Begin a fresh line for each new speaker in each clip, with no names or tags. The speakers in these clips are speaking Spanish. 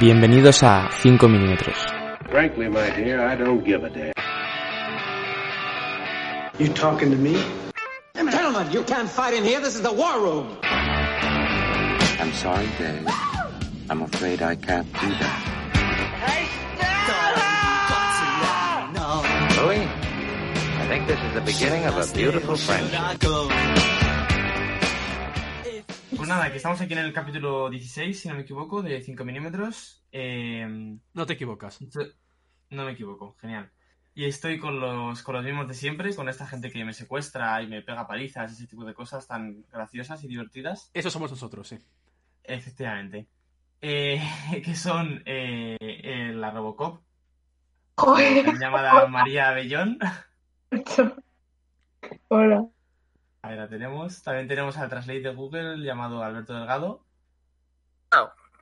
Bienvenidos a 5 milímetros.
Frankly, my dear, I don't give a damn.
You talking to me? Gentlemen, you can't fight in here. This is the war room.
I'm sorry, Dave. I'm afraid I can't do that.
Louis, I think this is the beginning of a beautiful friendship.
Pues nada, que estamos aquí en el capítulo 16, si no me equivoco, de 5 milímetros. Eh,
No te equivocas.
esto- no me equivoco, genial. Y estoy con los, con los mismos de siempre, con esta gente que me secuestra y me pega palizas, ese tipo de cosas tan graciosas y divertidas.
Eso somos nosotros, sí.
Efectivamente. Eh, que son eh, eh, la Robocop,
Joder,
también llamada María Abellón.
macho. Hola.
A ver, la tenemos. También tenemos al translate de Google llamado Alberto Delgado.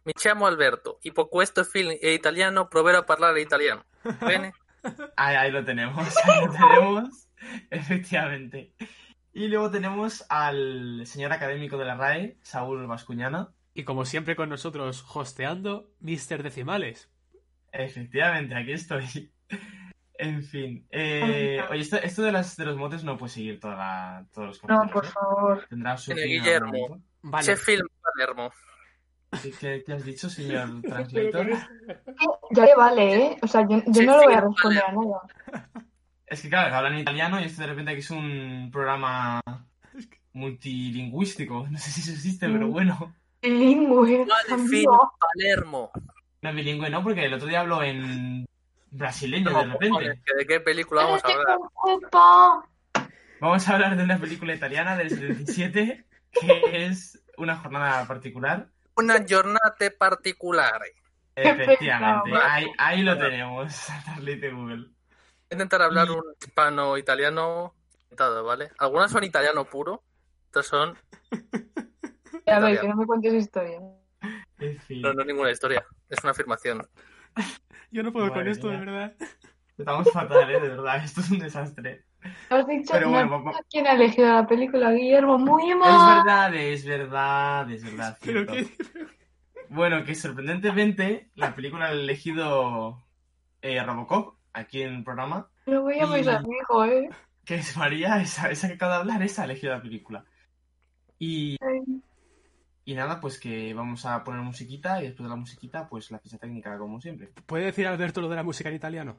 Mi chiamo Alberto e por questo film è italiano proverò a parlare italiano. Bene?
Ahí, ahí lo tenemos, ahí lo tenemos, efectivamente. Y luego tenemos al señor académico de la RAE, Saúl Vascuñana.
Y como siempre con nosotros hosteando, Mr. Decimales.
Efectivamente, aquí estoy. En fin. eh, oye, esto, esto de, las, de los motes no puede seguir toda la- todos los
No,
capítulos,
por
¿eh?
favor.
Tendrá su
Señor
fin en
Guillermo.
algún momento.
Vale.
C'è film a Palermo.
¿Qué, qué- qué has dicho, señor translator?
Ya le vale, ¿eh? O sea, yo, yo
Sí,
no le voy
sí,
a responder a nada.
Es que claro, que hablan italiano y esto de repente aquí es un programa multilingüístico. No sé si eso existe, pero bueno.
Lingüe,
Quale film
amigo.
Palermo?
No es bilingüe, no, porque el otro día habló en brasileño de
No,
repente.
cojones, que ¿De qué película vamos a hablar?
preocupa.
Vamos a hablar de una película italiana del 77 que es una jornada particular.
Una giornata particolare.
Efectivamente,
pesado.
ahí, ahí lo tenemos, Darlete Google.
Voy a intentar hablar
Mm.
un hispano-italiano, intentado, ¿vale? Algunas son italiano puro, otras son...
A ver,
Italiano.
que no me cuentes historia.
En fin,
No, no es ninguna historia, es una afirmación.
Yo no puedo con
Madre
esto, de
mía.
verdad.
estamos fatal, ¿eh? de verdad, esto es un desastre.
Has dicho
Pero
no
bueno,
has dicho
vamos-
quién ha elegido la película, Guillermo. Muy
Es
mal.
verdad, es verdad, es verdad.
Pero
cierto.
qué...
Bueno, que sorprendentemente la película ha elegido eh, Robocop aquí en el programa.
Lo voy a
Y-
pensar, hijo, ¿eh?
que es María, esa, esa que acaba de hablar, esa ha elegido la película. Y, y nada, pues que vamos a poner musiquita y después de la musiquita, pues la ficha técnica, como siempre,
¿Puede decir Alberto lo de la música en italiano?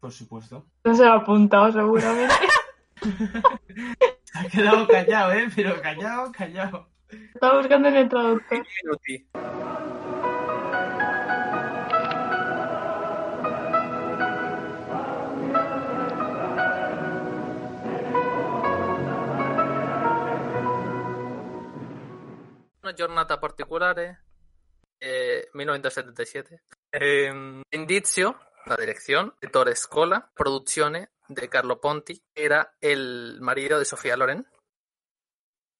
por supuesto.
No se lo ha apuntado, seguramente.
Se ha quedado callado, ¿eh? Pero callado, callado.
Estaba buscando en el traductor.
Minuti. Una giornata particolare, eh, 1977. Eh, indizio, la dirección, de Torre Scola, producciones de Carlo Ponti, que era el marido de Sofía Loren.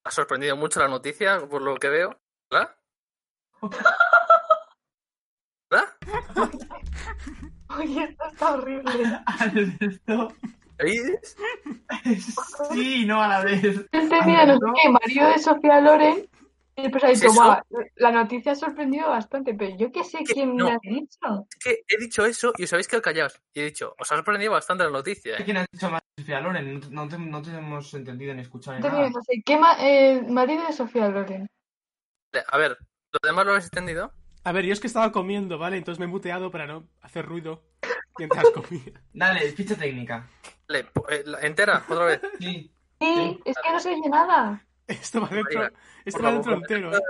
Ha sorprendido mucho la noticia, por lo que veo. ¿Verdad? ¿Verdad?
Oye, esto está horrible.
Alberto.
¿Veis?
Sí, no a la vez.
Él tenía, no sé qué, marido de Sofía Loren. Y pues ha
¿Es
dicho,
eso?
"Buah, la noticia ha sorprendido bastante, pero yo qué sé
Que
quién
no.
me ha dicho.
Es que he dicho eso y os habéis quedado callados. Y he dicho, os ha sorprendido bastante la noticia. ¿eh?
¿Quién ha dicho más Sofía Loren? No te, no te hemos entendido ni escuchado ni
Tenía,
nada.
no sé, ¿qué ma- eh, marido de Sofía Loren?
A ver, ¿lo demás lo habéis entendido?
A ver, yo es que estaba comiendo, ¿vale? Entonces me he muteado para no hacer ruido mientras comía.
Dale, ficha técnica.
Le- po- eh, la- entera, otra vez.
Sí.
Sí, es que no se oye nada.
Esto va dentro,
María,
esto
por
va
favor.
dentro entero. ¿eh?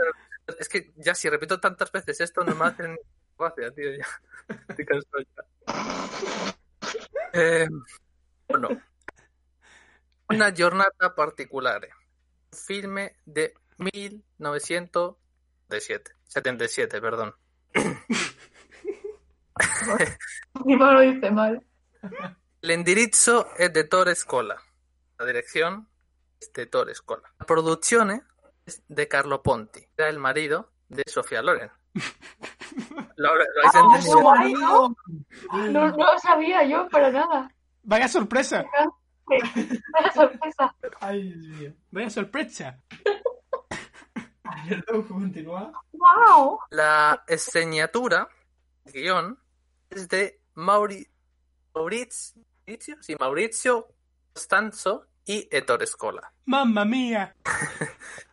Es que ya si repito tantas veces esto no me hace ni gracia, tío. Ya. Estoy cansado ya. Eh, bueno. Una giornata particolare. Un filme de 1977, 77, perdón.
Encima lo hice mal.
L'indirizzo è de Torre Scola. La dirección es de Torre Scola. La produzione es de Carlo Ponti. Era el marido de Sofía Loren. ¿Lo, lo habéis
Ah, qué
entendido?
guay, ¿no? No, no lo sabía yo para nada.
Vaya sorpresa.
Me da la sorpresa.
Ay, Dios mío.
Vaya sorpresa.
Alberto, continúa.
¡Wow!
La enseñatura, el guión, es de Mauri, Mauriz- Maurizio, sí, Maurizio Costanzo y Ettore Scola.
Mamma mía.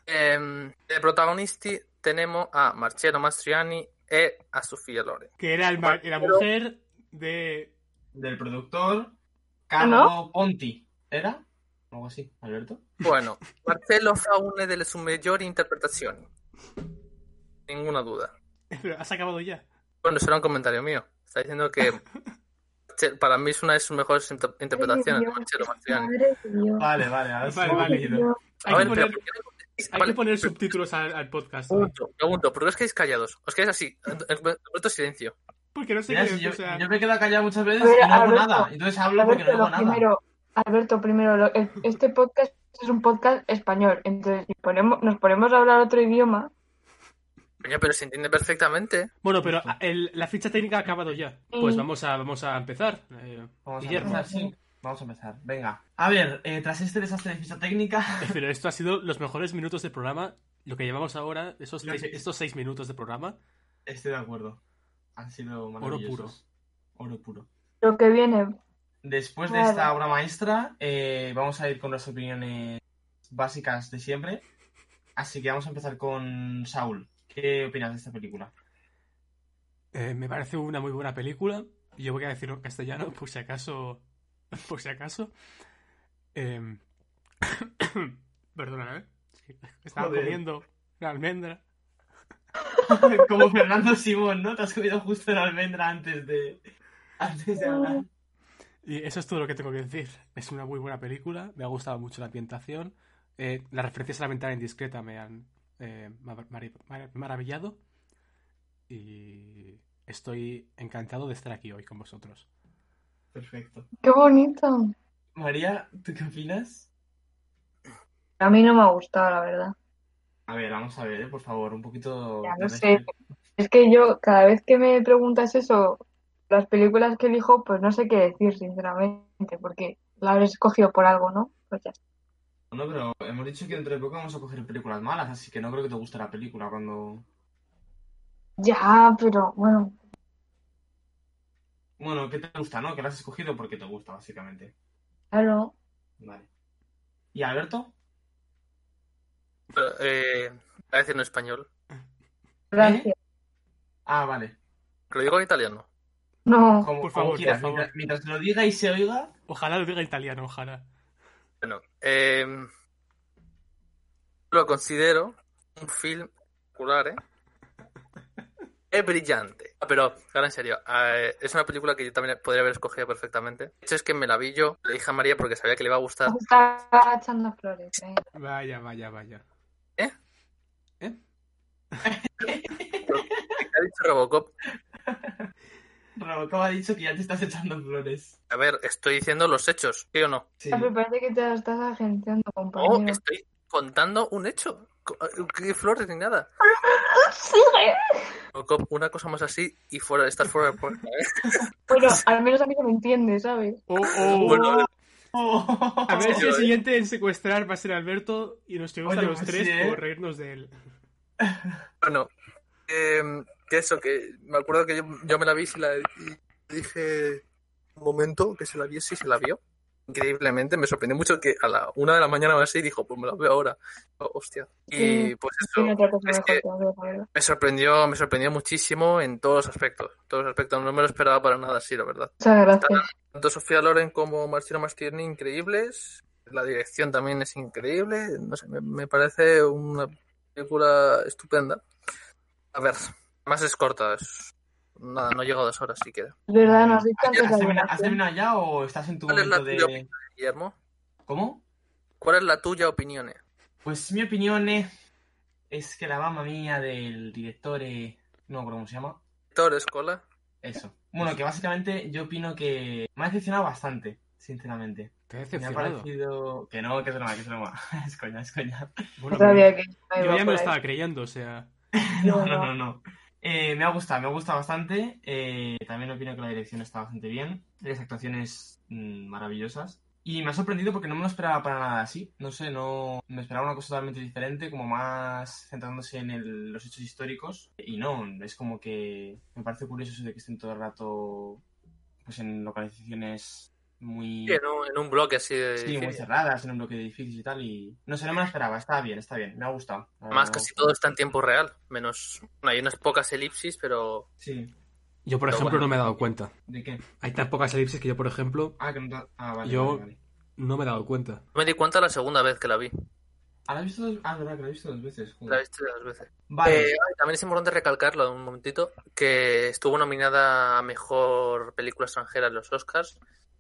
Ehm, de protagonisti tenemos a Marcello Mastroianni e a Sofía Loren.
Que era el ma- la mujer de...
Del productor Carlo Ponti. ¿Era? Algo así, Alberto.
Bueno, Marcello fa una delle sue migliori interpretazioni. Ninguna duda.
Pero has acabado ya.
Bueno, eso era un comentario mío. Está diciendo que Marce- para mí es una de sus mejores inter- interpretaciones,
Madre de
Marcello
Dios,
Mastroianni.
madre de Dios.
Vale, vale, ahora sí.
Vale, vale.
Madre de Dios.
Hay
A ver,
que
pero
poner,
¿por qué no contestáis?
hay
Vale,
que poner subtítulos al, al podcast. ¿no?
Pregunto, pregunto, ¿por qué os quedáis callados? Os quedáis así, en en- en completo silencio.
Porque no sé
Mira,
qué...
si yo,
o sea,
yo me he quedado callado muchas veces
A ver,
y no hago
Alberto,
nada. Entonces hablo porque no
Alberto,
hago
lo
nada.
primero, Alberto, primero, lo- el- este podcast es un podcast español, entonces si ponemos, nos ponemos a hablar otro idioma.
Coño, pero se entiende perfectamente.
Bueno, pero el- la ficha técnica ha acabado ya. Pues vamos a, vamos a empezar. Eh,
Vamos a
Guillermo.
empezar, sí. Vamos a empezar. Venga. A ver, eh, tras este desastre de ficha técnica,
Pero esto ha sido los mejores minutos del programa. Lo que llevamos ahora, esos
Lo
seis-
que-
estos seis minutos de programa.
estoy de acuerdo. Han sido maravillosos. Oro puro. Oro puro.
Lo que viene,
Después de
Vale.
esta obra maestra, eh, vamos a ir con las opiniones básicas de siempre. Así que vamos a empezar con Saúl. ¿Qué opinas de esta película?
Eh, me parece una muy buena película. Yo voy a decirlo en castellano, por si acaso. Por si acaso. Em, Perdona, ¿eh? Es que Estaba
Joder.
comiendo una almendra.
Como Fernando Simón, ¿no? Te has comido justo la almendra antes de, antes
Ah.
de hablar.
Y eso es todo lo que tengo que decir. Es una muy buena película. Me ha gustado mucho la ambientación. Eh, las referencias a la ventana indiscreta me han eh, mar- mari- mar- maravillado. Y estoy encantado de estar aquí hoy con vosotros.
Perfecto.
qué bonito.
María, ¿tú qué opinas?
A mí no me ha gustado, la verdad.
A ver, vamos a ver, eh, por favor, un poquito.
Ya
de
lo sé.
respeto.
Es que yo, cada vez que me preguntas eso, las películas que elijo, pues no sé qué decir, sinceramente, porque la habré escogido por algo, ¿no? Pues ya.
No, pero hemos dicho que dentro de poco vamos a coger películas malas, así que no creo que te guste la película cuando.
Ya, pero bueno,
Bueno, ¿qué te gusta, no? Que la has escogido porque te gusta, básicamente.
claro.
¿Eh? Vale. ¿Y Alberto?
Pero, eh, voy a decirlo en español.
Gracias.
Ah, vale.
Lo digo en italiano.
No,
Como,
Por
como
favor,
quieras.
por favor.
Mientras, mientras lo diga y se oiga.
Ojalá lo diga italiano, ojalá.
Bueno, ehm, lo considero un film espectacular, ¿eh? Es brillante. Ah, Pero, ahora en serio, eh, es una película que yo también podría haber escogido perfectamente. De hecho, es que me la vi yo, le dije a María porque sabía que le iba a gustar.
se está echando flores, ¿eh?
Vaya, vaya, vaya.
¿Eh?
¿Eh?
Ha dicho Robocop.
Robocop ha dicho que ya te estás echando flores.
A ver, estoy diciendo los hechos, ¿sí o no?
Sí. Oh,
Ya, pero parece que te la estás agenciando,
No,
compañero.
estoy contando un hecho. Co- eh, ¿Qué flores ni nada?
¡Sigue!
Robocop, una cosa más así y fuera, estar fuera de puerta, ¿eh?
Bueno, al menos a mí no me entiende, ¿sabes?
Oh, oh.
Bueno,
Oh.
A ver si el
eh.
siguiente en secuestrar va a ser Alberto y nos llevamos a
Oye,
los
pues
tres
sí, ¿eh?
por reírnos de él.
Bueno, em, que eso, que me acuerdo que yo, yo me la vi y se la- y dije un momento que se la vio, sí se la vio. Increíblemente, me sorprendió mucho que a la una de la mañana o así dijo, pues me la veo ahora. Oh, hostia. Y
Sí,
pues
Tiene
eso,
otra cosa
es
mejor
que
que hacer, la verdad.
me sorprendió, me sorprendió muchísimo en todos los aspectos. en Todos los aspectos, no me lo esperaba para nada, sí, la verdad.
Muchas gracias.
Tanto Sofía Loren como Marcelo Mastirni increíbles. La dirección también es increíble. No sé, me, me parece una película estupenda. A ver, más es corta. es- Nada, no llega a dos horas siquiera.
Es verdad, nos has dicho
¿Has
antes la
termina- ¿Has
duración.
terminado ya o estás en tu
¿Cuál es la
momento
tuya
de.
opinión? Guillermo,
¿Cómo?
¿cuál es la tuya opinión? eh?
Pues mi opinión eh, es que la mamá mía del director, eh, no me acuerdo cómo se llama,
Toro Escola.
Eso. Bueno, que básicamente yo opino que me ha decepcionado bastante, sinceramente.
Te he
Me ha
decepcionado.
parecido... Que no, que es broma, que es broma. Es coña, es coña.
Bueno,
Sabía que iba
yo ya me
por
lo
ahí.
estaba creyendo, o sea.
No, no, no, no. Eh, me ha gustado, me ha gustado bastante. Eh, también opino que la dirección está bastante bien. Las actuaciones mm, maravillosas. Y me ha sorprendido porque no me lo esperaba para nada así. No sé, no me esperaba una cosa totalmente diferente, como más centrándose en el- los hechos históricos. Y no, es como que me parece curioso eso de que estén todo el rato pues en localizaciones muy...
Sí, en un, en un bloque así de.
Sí, muy cerradas, en un bloque de edificios y tal. Y no sé, no me lo esperaba. Está bien, está bien. Me ha gustado. la
Más
verdad, me
casi
ha gustado.
todo está en tiempo real. Menos. bueno, hay unas pocas elipsis, pero.
Sí.
Yo, por
Pero
ejemplo,
bueno.
no me he dado cuenta.
¿De qué?
Hay tan pocas elipsis que yo, por ejemplo,
Ah, que no te- Ah, vale.
Yo-
vale, vale.
no me he dado cuenta.
Me di cuenta la segunda vez que la vi.
Ah, ¿la has visto dos... Ah, verdad, que la he visto dos veces. joder.
La he visto dos veces.
Vale.
Eh, ay, también es importante recalcarlo un momentito, que estuvo nominada a Mejor Película Extranjera en los Oscars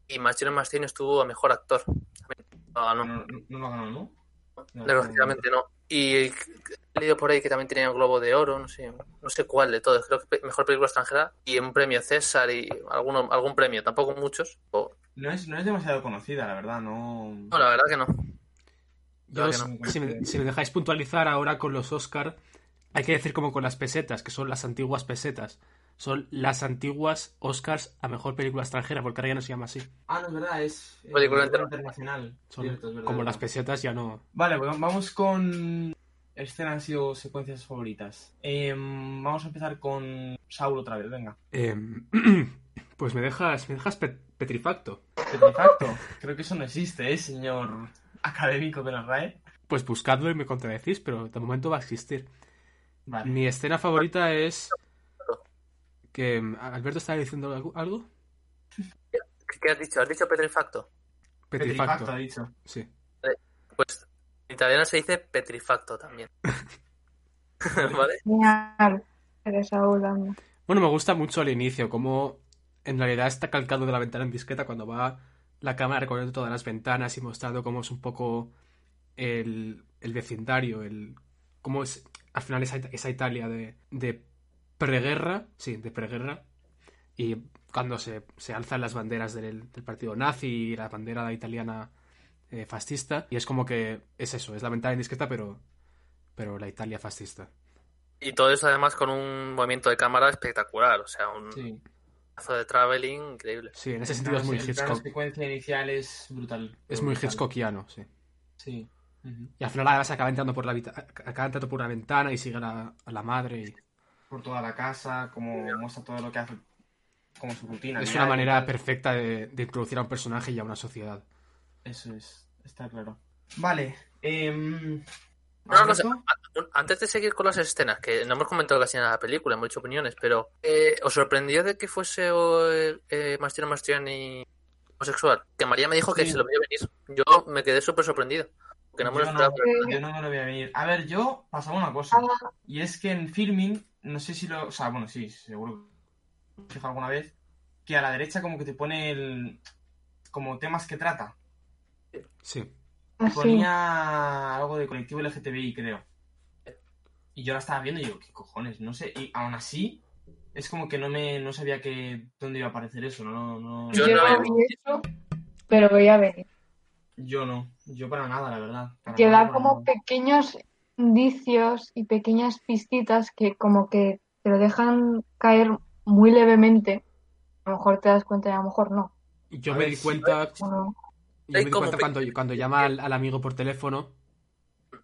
y Machino Mastin estuvo a Mejor Actor. También No,
No,
ganó.
no, no lo ha ganado, ¿no? No,
desgraciadamente no. Y he leído por ahí que también tenía el Globo de Oro, no sé, no sé cuál de todos, creo que pe- Mejor Película Extranjera y un premio César y alguno, algún premio, tampoco muchos. o-
No es, no es demasiado conocida, la verdad, no...
no, la verdad que no.
Yo,
Claro que
si-
no.
si, me, si me dejáis puntualizar ahora con los Oscar, hay que decir como con las pesetas, que son las antiguas pesetas. Son las antiguas Oscars a mejor película extranjera, porque ahora ya no se llama así.
Ah, no, es verdad, es... eh,
Película
internacional.
Son
Cierto, es verdad,
como
es
las
verdad.
pesetas ya no.
Vale, pues vamos con escenas y o secuencias favoritas. Em, vamos a empezar con Saul otra vez, venga.
Em, pues me dejas, me dejas pe- petrifacto.
Petrifacto. Creo que eso no existe, ¿eh, señor académico de la RAE?
Pues buscadlo y me contradecís, pero de momento va a existir.
Vale.
Mi escena favorita es. que em, Alberto estaba diciendo algo- algo.
¿Qué, qué has dicho? ¿Has dicho Petrifacto?
Petrifacto.
ha dicho.
Sí.
Pues en italiano se dice Petrifacto también. ¿Vale?
Genial. Eres Saúl, anda.
Bueno, me gusta mucho al inicio, como en realidad está calcado de la ventana en discreta cuando va la cámara recorriendo todas las ventanas y mostrando cómo es un poco el, el vecindario, el cómo es al final esa, Ita- esa Italia de, de preguerra, sí, de preguerra, y cuando se, se alzan las banderas del, del partido nazi y la bandera italiana eh, fascista, y es como que es eso, es la ventana indiscreta, pero, pero la Italia fascista.
Y todo eso además con un movimiento de cámara espectacular, o sea, un
Sí.
pedazo de traveling increíble.
Sí, en ese sentido es muy
El plano
Hitchcock.
secuencia inicial es brutal.
Es muy
Brutal.
Hitchcockiano, sí.
Sí. Ujú.
Y al final además acaba entrando por la, vita- acaba entrando por una ventana y sigue a la, a la madre. y-
Por toda la casa, como muestra todo lo que hace, como su rutina.
Es
diaria
una
y
manera
tal.
perfecta de, de introducir a un personaje y a una sociedad.
Eso es, está claro. Vale. em,
Una cosa,
¿Alberto?
a- un- antes de seguir con las escenas, que no hemos comentado casi nada de la película, hemos hecho opiniones, pero eh, ¿os sorprendió de que fuese oh, eh, eh, Mastriano Mastriani homosexual? Que María me dijo que
Sí.
se lo veía venir. Yo me quedé súper sorprendido, porque no me lo
Yo no-
esperaba.
Eh,
yo no me lo voy a venir. A ver, yo pasaba una cosa.
Ah.
Y es que en filming, no sé si lo. O sea, bueno, sí, seguro que lo fijo alguna vez. Que a la derecha, como que te pone el. Como temas que trata.
Sí.
Así.
Ponía algo de colectivo LGTBI, creo. Y yo la estaba viendo y digo, ¿qué cojones? No sé. Y aún así, es como que no me no sabía que dónde iba a aparecer eso. No, no,
Yo
Yo,
no
no
he-
vi eso, pero voy a venir.
Yo no. Yo para nada, la verdad. Para
Que
nada,
da
para
como
nada.
pequeños indicios y pequeñas pistitas que como que te lo dejan caer muy levemente. A lo mejor te das cuenta y a lo mejor no.
Yo
A
me
ver,
di
sí,
cuenta, yo
Bueno,
me
Hay
di
como
cuenta
pe-
cuando, cuando llama al, al amigo por teléfono,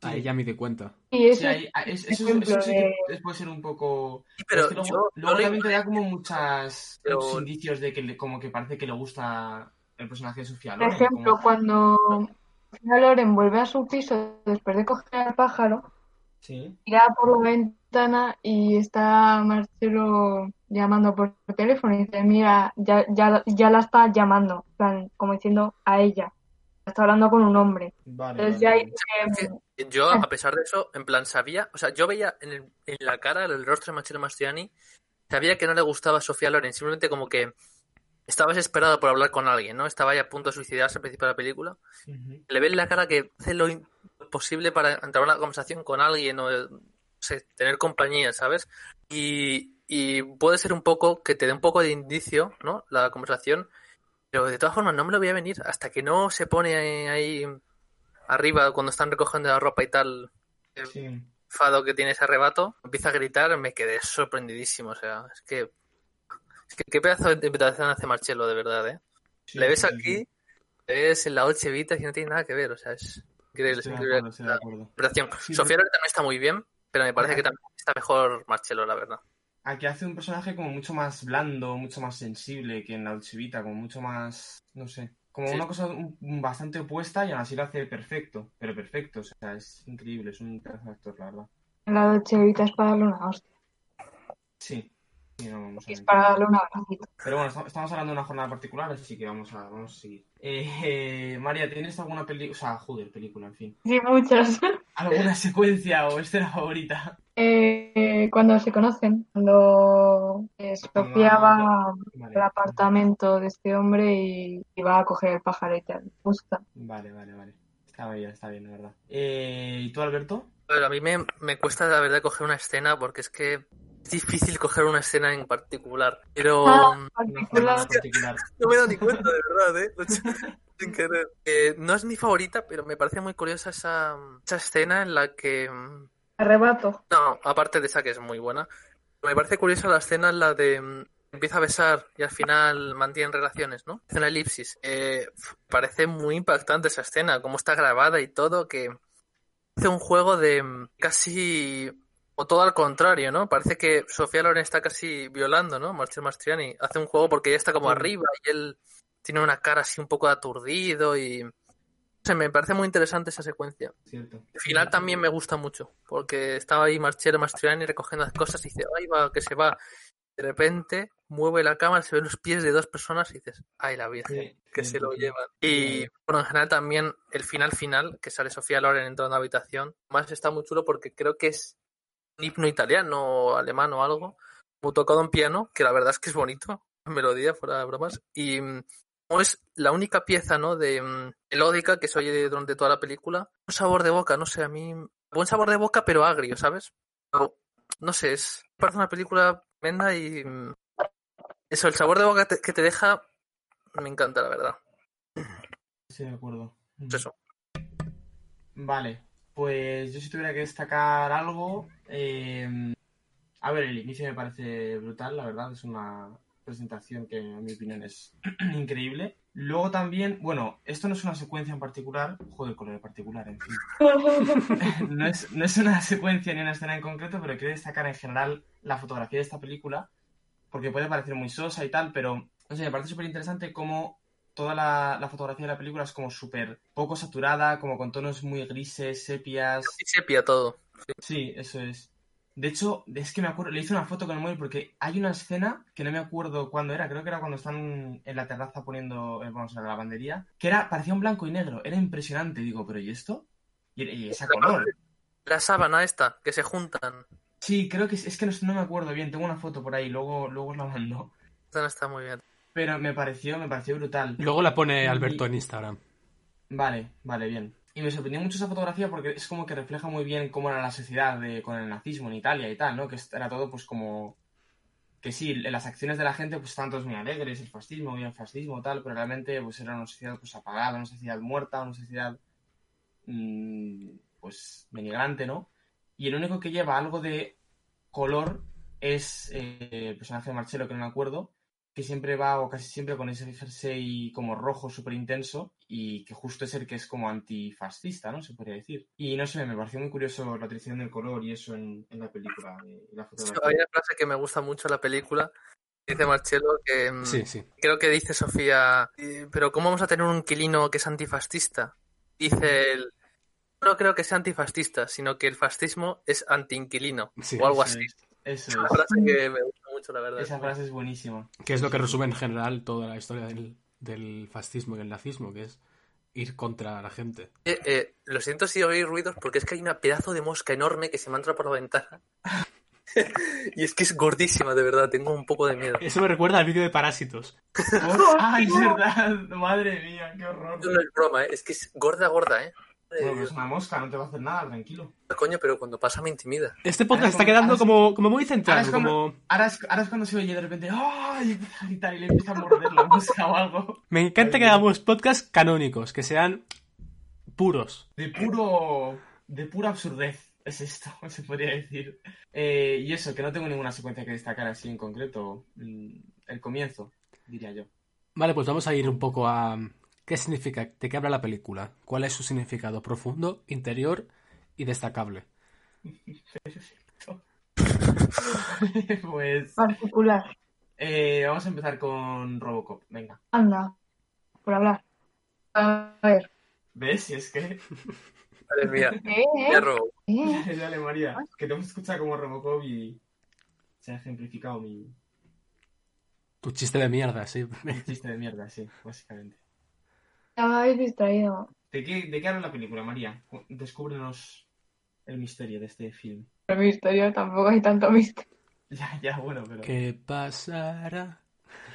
a ella me di cuenta.
y eso
Sí, ahí- ahí- eso, eso-
ejemplo
eso sí que
de-
es- puede ser un poco...
Sí, pero
es que luego,
yo-
luego
yo lo
también te da como muchas,
Pero-
muchos indicios de que le- como que parece que le gusta el personaje de Sofía
Por
Loren.
ejemplo,
como-
cuando Sofía Loren vuelve a su piso después de coger al pájaro,
Sí,
tira por la ventana y está Marcelo llamando por teléfono y dice, mira, ya, ya, ya la está llamando, en plan, como diciendo a ella, está hablando con un hombre.
vale.
Entonces
vale,
ya ahí
vale.
dice,
Yo, a pesar de eso, en plan, sabía, o sea, yo veía en, el- en la cara, en el rostro de Machino Mastriani, sabía que no le gustaba a Sofía Loren, simplemente como que estaba desesperado por hablar con alguien, ¿no? Estaba ya a punto de suicidarse al principio de la película.
Ujú.
le ve en la cara que hace lo in- posible para entrar a una conversación con alguien o eh, no sé, tener compañía, ¿sabes? Y, y puede ser un poco que te dé un poco de indicio, ¿no? La conversación, pero de todas formas no me lo voy a venir hasta que no se pone ahí arriba cuando están recogiendo la ropa y tal. el
Sí.
Fado que tiene ese arrebato, empieza a gritar, me quedé sorprendidísimo, o sea, es que, es que qué pedazo de interpretación hace Marcelo, de verdad, ¿eh?
sí,
le ves
sí, sí,
aquí, le ves en la Oche Vita y no tiene nada que ver, o sea, es increíble, es
Estoy de
increíble
acuerdo, estoy de
la
acuerdo.
interpretación.
Sí,
Sofía
pero-
Loren también está muy bien, pero me parece que también está mejor Marcelo, la verdad.
Aquí hace un personaje como mucho más blando, mucho más sensible que en la Dolce Vita, como mucho más, no sé, como
Sí.
una cosa un- un bastante opuesta y aún así lo hace perfecto, pero perfecto, o sea, es increíble, es un pedazo de actor, la verdad.
La Dolce Vita es para darle una hostia.
Sí, sí, no vamos a
Es para
mentir.
darle un abracito.
Pero bueno, esta- estamos hablando de una jornada particular, así que vamos a, vamos a seguir. Eh, eh, María, ¿tienes alguna película, o sea, joder, película, en fin,
Sí, muchas.
alguna secuencia o escena favorita?
Eh, eh, cuando se conocen, cuando eh, Sofía va
Vale.
al apartamento de este hombre y, y va a coger el pajarete, le gusta.
Vale, vale, vale. Está bien, está bien, la verdad. Eh, ¿y tú, Alberto?
Pero a mí me, me cuesta, la verdad, coger una escena porque es que es difícil coger una escena en particular, pero...
Ah.
Una jornada particular.
Particular.
No me he dado ni cuenta, de verdad, ¿eh? Lo he hecho sin querer. Eh, no es mi favorita, pero me parece muy curiosa esa, esa escena en la que... mm,
Arrebato.
No, aparte de esa que es muy buena. Me parece curiosa la escena en la de... mm, Empieza a besar y al final mantienen relaciones, ¿no? Hace una elipsis. Eh, f- parece muy impactante esa escena, cómo está grabada y todo, que hace un juego de mm, casi... O todo al contrario, ¿no? Parece que Sofía Loren está casi violando, ¿no? Marcel Mastriani. Hace un juego porque ella está como
Sí.
arriba y él tiene una cara así un poco aturdido y... No sé, me parece muy interesante esa secuencia.
Cierto.
El final también me gusta mucho, porque estaba ahí Marchero Mastriani recogiendo las cosas y dice, ahí va, que se va. De repente mueve la cámara, se ven los pies de dos personas y dices, ay la Virgen,
Sí,
que
sí,
se lo
sí.
llevan. Eh, Y bueno, en general también el final final, que sale Sofía Loren en toda la habitación, más está muy chulo porque creo que es un himno italiano o alemán o algo, como tocado en piano, que la verdad es que es bonito, melodía fuera de bromas, y mm, como es la única pieza, ¿no? De mm, melódica que se oye durante toda la película, un sabor de boca, no sé, a mí, buen sabor de boca, pero agrio, ¿sabes? Pero, no sé, es, parece una película tremenda y mm, eso, el sabor de boca te- que te deja, me encanta, la verdad.
Sí, de acuerdo. Mm,
Es eso.
Vale, pues yo si tuviera que destacar algo, eh, a ver, el inicio me parece brutal, la verdad, es una presentación que en mi opinión es increíble. Luego también, bueno, esto no es una secuencia en particular, joder, color en particular, en fin. no, es, no es una secuencia ni una escena en concreto, pero quiero destacar en general la fotografía de esta película, porque puede parecer muy sosa y tal, pero no sé, me parece súper interesante cómo toda la, la fotografía de la película es como súper poco saturada, como con tonos muy grises, sepias.
Y sepia todo.
Sí, eso es. De hecho, es que me acuerdo, le hice una foto con el móvil porque hay una escena que no me acuerdo cuándo era, creo que era cuando están en la terraza poniendo, eh, vamos, la lavandería, que era, parecía un blanco y negro, era impresionante, digo, pero ¿y esto? ¿Y, y esa color?
La sábana esta, que se juntan.
Sí, creo que es, es que no, no me acuerdo bien, tengo una foto por ahí, luego, luego os la mando.
Esta no está muy bien.
Pero me pareció, me pareció brutal.
Luego la pone Alberto en Instagram.
Vale, vale, bien. Y me sorprendió mucho esa fotografía porque es como que refleja muy bien cómo era la sociedad de- con el nazismo en Italia y tal, ¿no? Que era todo pues como... Que sí, en las acciones de la gente pues estaban todos muy alegres, el fascismo, y el fascismo, tal, pero realmente pues era una sociedad pues apagada, una sociedad muerta, una sociedad mm, pues denigrante, ¿no? Y el único que lleva algo de color es eh, el personaje de Marcelo, que no me acuerdo, que siempre va o casi siempre con ese jersey como rojo súper intenso y que justo es el que es como antifascista, ¿no? Se podría decir. Y no sé, me pareció muy curioso la tradición del color y eso en, en la película, eh, en la
Hay
fotografía.
una frase que me gusta mucho en la película. Dice Marcelo que... mm,
Sí, sí.
creo que dice Sofía, "Eh, pero ¿cómo vamos a tener un inquilino que es antifascista? Dice él, no creo que sea antifascista, sino que el fascismo es antiinquilino,
Sí,
o algo
Eso
así.
es, Eso
Es una
es.
frase que me gusta mucho, la verdad.
Esa frase es buenísima.
Que es lo que resume en general toda la historia del, del fascismo y el nazismo, que es ir contra la gente.
Eh, eh, lo siento si oís ruidos, porque es que hay una pedazo de mosca enorme que se me ha entrado por la ventana. y es que es gordísima, de verdad, tengo un poco de miedo.
Eso me recuerda al vídeo de Parásitos.
¡Ay, es verdad! ¡Madre mía, qué horror!
Esto no es broma, ¿eh? es que es gorda, gorda, ¿eh?
Bueno, pues una mosca, no te va a hacer nada, tranquilo.
Coño, pero cuando pasa me intimida.
Este
Ahora
podcast
es
está
como- ahora
quedando
es-
como, como muy
Ahora
central,
es,
como...
cuando, ahora, es, ahora es cuando se oye de repente ¡Ay! y empieza a gritar y le empieza a morder la mosca o algo.
Me encanta que hagamos podcasts canónicos, que sean puros.
De puro. de pura absurdez es esto, se podría decir. Eh, y eso, que no tengo ninguna secuencia que destacar así en concreto. Mm, El comienzo, diría yo.
Vale, pues vamos a ir un poco a... ¿Qué significa? ¿De qué habla la película? ¿Cuál es su significado profundo, interior y destacable?
pues.
Particular.
eh, vamos a empezar con Robocop, venga.
Anda, por hablar. A ver.
¿Ves? Si es que.
Madre mía,
¿Qué?
ya robo.
¿Qué?
Dale, dale, María. Que te hemos escuchado como Robocop y. Se ha ejemplificado mi
Tu chiste de mierda, sí.
mi chiste de mierda, sí, básicamente.
Ya me habéis distraído.
¿De qué, ¿De qué habla la película, María? Cu- Descúbrenos el misterio de este film.
Pero mi historia tampoco hay tanto misterio.
Ya, ya, bueno, pero.
¿Qué pasará?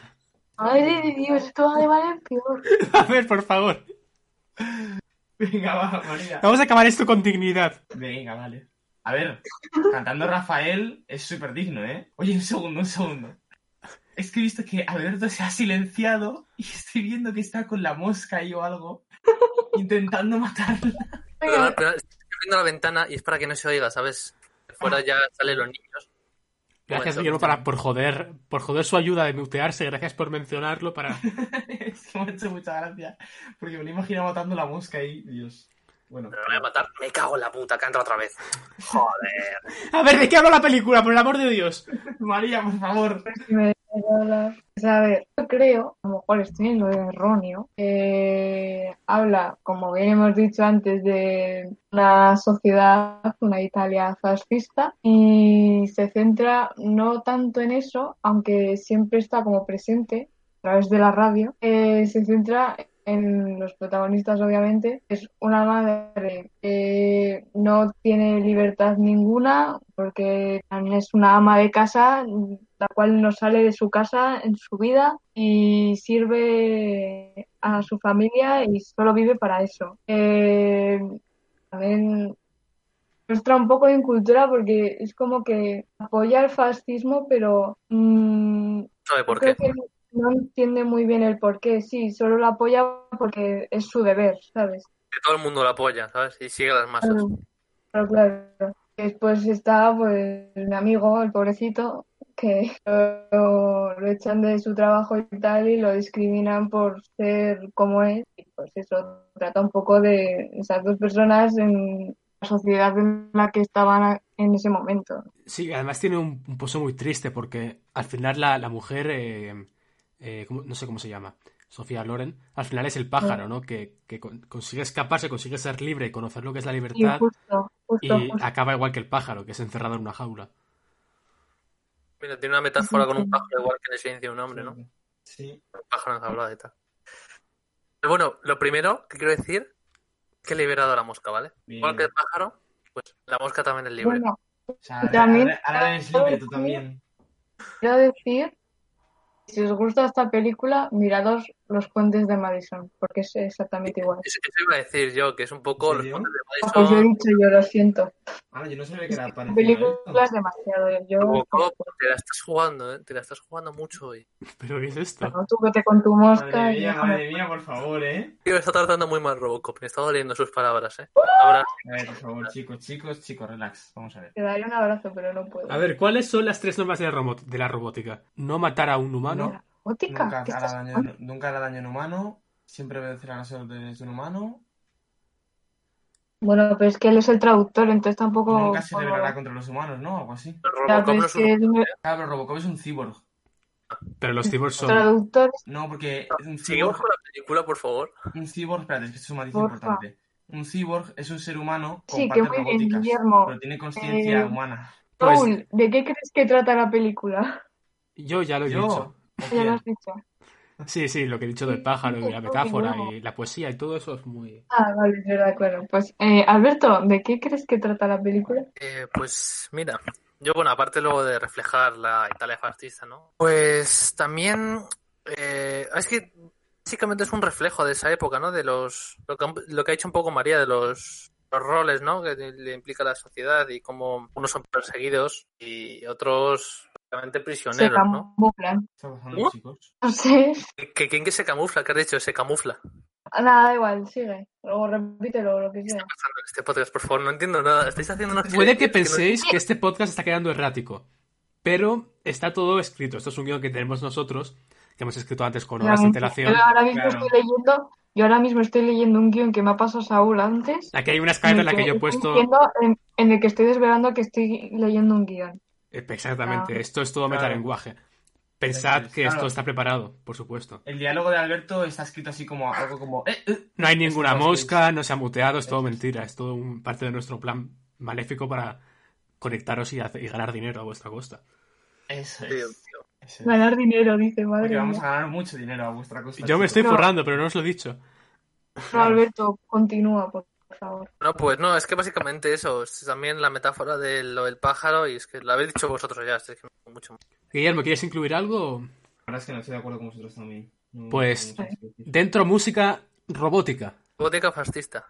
Madre de Dios, esto va de mal en peor.
A ver, por favor.
Venga, va, María.
Vamos a acabar esto con dignidad.
Venga, vale. A ver, cantando Rafael es súper digno, ¿eh? Oye, un segundo, un segundo. Es que he visto que Alberto se ha silenciado y estoy viendo que está con la mosca ahí o algo, intentando matarla.
Pero
Venga,
al final estoy abriendo la ventana y es para que no se oiga, ¿sabes? De Fuera ya salen los niños.
Gracias,
Bueno,
Guillermo, para, por, joder, por joder su ayuda de mutearse. Gracias por mencionarlo para...
es que me ha hecho mucha gracia, porque me lo imagino matando la mosca ahí, Dios. Bueno,
Pero la voy a matar. Me cago en la puta, que entra otra vez. Joder.
A ver, ¿de qué habla la película? Por el amor de Dios.
María, por favor.
si me dejáis hablar. Pues a ver, yo creo, a lo mejor estoy en lo erróneo, que habla, como bien hemos dicho antes, de una sociedad, una Italia fascista, y se centra no tanto en eso, aunque siempre está como presente a través de la radio, eh, se centra en los protagonistas, obviamente, es una madre que no tiene libertad ninguna porque es una ama de casa, la cual no sale de su casa en su vida y sirve a su familia y solo vive para eso. Eh, también muestra un poco de incultura porque es como que apoya el fascismo, pero mm,
¿Sabe por
creo
qué?
que no entiende muy bien el por qué, sí, solo lo apoya porque es su deber, ¿sabes?
Que todo el mundo la apoya, ¿sabes? Y sigue las masas.
Claro, claro, claro. Después está pues mi amigo, el pobrecito, que lo, lo echan de su trabajo y tal y lo discriminan por ser como es. Y pues eso trata un poco de esas dos personas en la sociedad en la que estaban a- en ese momento.
Sí, además tiene un, un pozo muy triste porque al final la, la mujer, eh, eh, ¿cómo- no sé cómo se llama, Sofía Loren, al final es el pájaro, ¿no? Que, que con- consigue escaparse, consigue ser libre, conocer lo que es la
Y
libertad
justo,
y
justo, justo.
acaba igual que el pájaro, que es encerrado en una jaula.
Mira, tiene una metáfora con un pájaro igual que en el silencio de un hombre, ¿no?
Sí.
Un pájaro enjaulado y tal. Pero bueno, lo primero que quiero decir es que he liberado a la mosca, ¿vale?
Bien.
Igual que el pájaro, pues la mosca también es libre.
Bueno,
O sea,
También-
ahora, ahora eres libre tú también.
quiero decir, si os gusta esta película, mirados Los Puentes de Madison, porque es exactamente igual.
Eso, eso iba a decir yo, que es un poco
¿En
los
serio?
puentes
Ah,
de
Pues yo he
Madison,
dicho, yo lo siento.
Ah, yo no sabía que era ¿eh?
La
parecido a esto.
película es demasiado. Yo,
Robocop, te la estás jugando, ¿eh? Te la estás jugando mucho hoy.
¿Pero qué es esto?
Claro, tú vete con tu mosca.
Madre
y
mía,
déjame.
madre mía, por favor, ¿eh?
Tío, está tratando muy mal Robocop, me está doliendo sus palabras,
¡Oh!
¿eh? Palabras-
A ver, por favor, chicos, chicos, chicos, relax. Vamos a ver.
Te daré un abrazo, pero no puedo.
A ver, ¿cuáles son las tres normas de la, romo- de la robótica? No matar a un humano,
Mira, gótica,
Nunca
¿qué
hará,
estás
daño,
hablando?
nunca hará daño en humano. Siempre obedecerá las órdenes de un humano.
Bueno, pero es que él es el traductor, entonces tampoco.
Nunca se
puedo-
rebelará contra los humanos, ¿no? Algo así.
Ya,
Robocop
pero
no
es
es
que
un...
es un
Claro, pero Robocop es un cyborg.
pero los cyborgs son...
traductor.
No, porque un
Seguimos
cyborg,
con la película, por favor.
un cyborg, espérate, es que es un matiz
Porfa.
importante. Un cyborg es un ser humano con Pues
Sí, que
partes
muy bien,
robóticas,
Guillermo.
pero tiene conciencia
Eh,
humana.
Pues-
Raúl, ¿de qué crees que trata la película?
Yo ya lo he
¿Yo?
dicho.
¿O
Ya lo
quién?
has dicho.
Sí, sí, lo que he dicho del pájaro y la metáfora y la poesía y todo eso es muy...
Ah, vale, es verdad, claro. Pues, eh, Alberto, ¿de qué crees que trata la película?
Eh, pues mira, yo bueno, aparte luego de reflejar la Italia fascista, ¿no? Pues también eh, es que básicamente es un reflejo de esa época, ¿no? De los lo que, han- lo que ha hecho un poco María de los, los roles, ¿no? Que le le implica la sociedad y cómo unos son perseguidos y otros prácticamente
Se
prisioneros, ¿no?
camuflan.
está pasando,
¿Cómo?
chicos?
No sé.
¿Que, ¿Quién que se camufla? ¿Qué has dicho? Se camufla.
Nada, da igual, sigue. O repítelo, lo que sea.
Pasando en este podcast, por favor, no entiendo nada. Estáis haciendo una
Puede Pues que penséis que este podcast está quedando errático, pero está todo escrito. Esto es un guión que tenemos nosotros, que hemos escrito antes con horas de
Yo
antelación.
ahora mismo
Claro.
estoy leyendo, yo ahora mismo estoy leyendo un guión que me ha pasado Saúl antes.
Aquí hay una escaleta en la que yo he
estoy
puesto...
diciendo- En, en el que estoy desvelando que estoy leyendo un guión.
Exactamente,
Ah.
esto es todo
Claro.
metalenguaje. Pensad
Entonces,
que
claro.
esto está preparado, por supuesto.
El diálogo de Alberto está escrito así como algo como... "Eh, eh".
No hay ninguna
Eso es.
mosca, no se ha muteado, es todo
Eso es.
mentira, es todo un parte de nuestro plan maléfico para conectaros y, hacer- y ganar dinero a vuestra costa.
Eso es.
Dios
eso es.
Ganar dinero, dice, madre
Porque vamos a
mía.
ganar mucho dinero a vuestra costa.
Yo me estoy
No.
forrando, pero no os lo he dicho.
No, Alberto, continúa, por favor.
No, pues no, es que básicamente eso, es también la metáfora de lo del pájaro y es que lo habéis dicho vosotros ya, es que me- mucho más.
Guillermo, ¿quieres incluir algo?
La verdad es que no estoy de acuerdo con vosotros también. No-
Pues-
no sé qué decir.
Dentro música robótica.
Boteca fascista.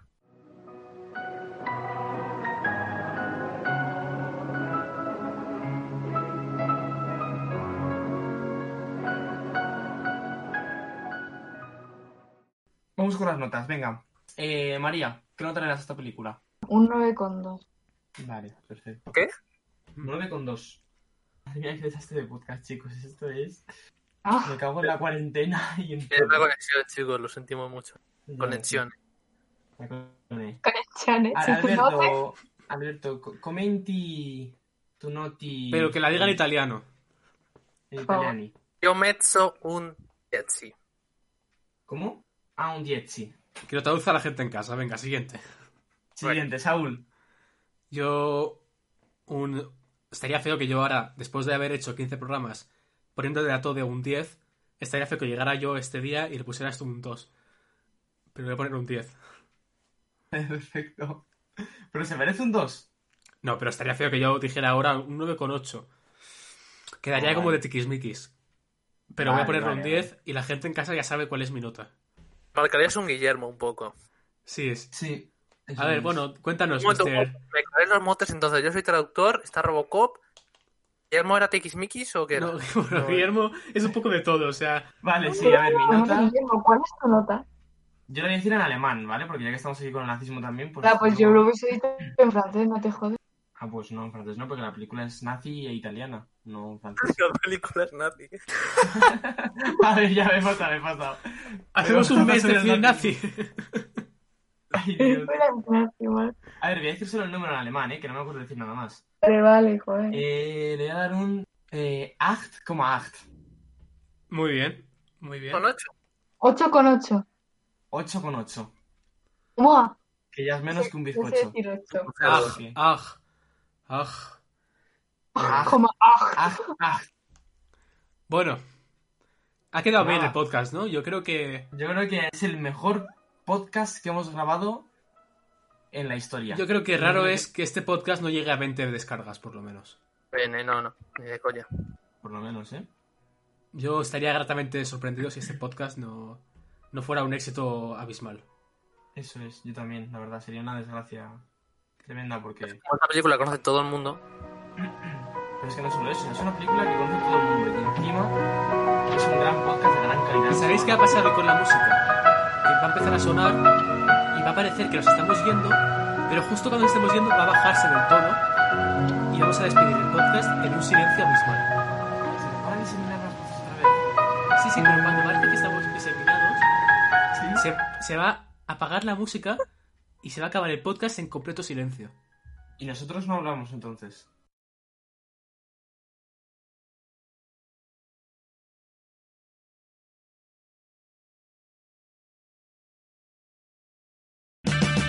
Vamos con las notas, venga. Eh, María, ¿qué nota le das a esta película?
Un 9,2.
Vale, perfecto.
¿Qué?
9,2. Madre mía, qué desastre de podcast, chicos. Esto es...
Ah,
Me cago en la cuarentena y en
Es la
todo.
conexión, chicos, lo sentimos mucho.
Ya,
Conexión.
la conexión.
con el chane,
Ahora,
si tú no haces-
Alberto, Alberto, co- comenti tu noti...
Pero que la diga en italiano.
en italiani.
Yo mezzo un Etsy.
¿Cómo? Ah, un 10, sí.
Que lo traduzca la gente en casa. Venga, siguiente.
Siguiente, Saúl.
Yo. Un... Estaría feo que yo ahora, después de haber hecho 15 programas, poniendo el dato de un 10, estaría feo que llegara yo este día y le pusiera esto un 2. Pero voy a poner un 10.
Perfecto. Pero se merece un 2.
No, pero estaría feo que yo dijera ahora un 9,8. Quedaría
Ah,
como
vale.
de tiquismiquis. Pero voy a
Vale,
ponerle un
vale,
10 y la gente en casa ya sabe cuál es mi nota.
Marcarías un Guillermo un poco.
Sí, es.
Sí. eso
A ver,
es.
bueno, cuéntanos,
Un momento,
Mr.
me caen los motes entonces. Yo soy traductor, está Robocop. ¿Guillermo era Tequismiquis o qué era?
No, bueno,
No. eh.
Guillermo es un poco de todo, o sea,
Vale, sí, a ver, mi
Bueno,
nota.
Guillermo, ¿Cuál es tu nota?
Yo lo voy a decir en alemán, ¿vale? Porque ya que estamos aquí con el nazismo también, pues.
Ah, pues yo
no-
lo hubiese dicho en francés, no te jodes.
Ah, pues no, en francés no, porque la película es nazi e italiana, no en francés.
La película es nazi.
a ver, ya me he pasado, me he pasado.
hacemos
Pero-
un mes de
pero-
100 nazi.
Ay, Dios.
Fuera en francés, igual.
A ver, voy a decir solo el número en alemán, ¿eh? Que no me acuerdo decir nada más.
Vale, vale, joder.
Eh, le voy a dar un. Eh, 8,8.
Muy bien, muy bien.
Con ocho.
8,8.
8,8.
¡Mua!
Que ya es menos
Sí,
que un
Yo sé
bizcocho. Ah,
decir 8.
Aj,
Claro.
sí.
aj, aj.
Aj,
Como, ah,
aj, aj.
Bueno, ha quedado bien
Nada.
el podcast, ¿no? Yo creo que
Yo creo que es el mejor podcast que hemos grabado en la historia.
yo creo que
Yo
raro
creo
es que este podcast no llegue a 20 descargas, por lo menos.
Bene, no, no, ni de coña.
Por lo menos, ¿eh?
Yo estaría gratamente sorprendido si este podcast no, no fuera un éxito abismal.
Eso es, yo también, la verdad, sería una desgracia tremenda porque...
Como esta película la conoce todo el mundo.
Pero es que no solo eso, es una película que conoce todo el mundo y encima es un gran podcast de gran calidad.
¿Y sabéis qué ha pasado con la música? Que va a empezar a sonar y va a parecer que nos estamos yendo, pero justo cuando nos estemos yendo va a bajarse del todo y vamos a despedir el podcast en un silencio abismal.
Se me van a diseminar las cosas otra vez.
Sí, sí, pero cuando parece que estamos diseminados,
Sí.
se, se va a apagar la música y se va a acabar el podcast en completo silencio.
Y nosotros no hablamos entonces.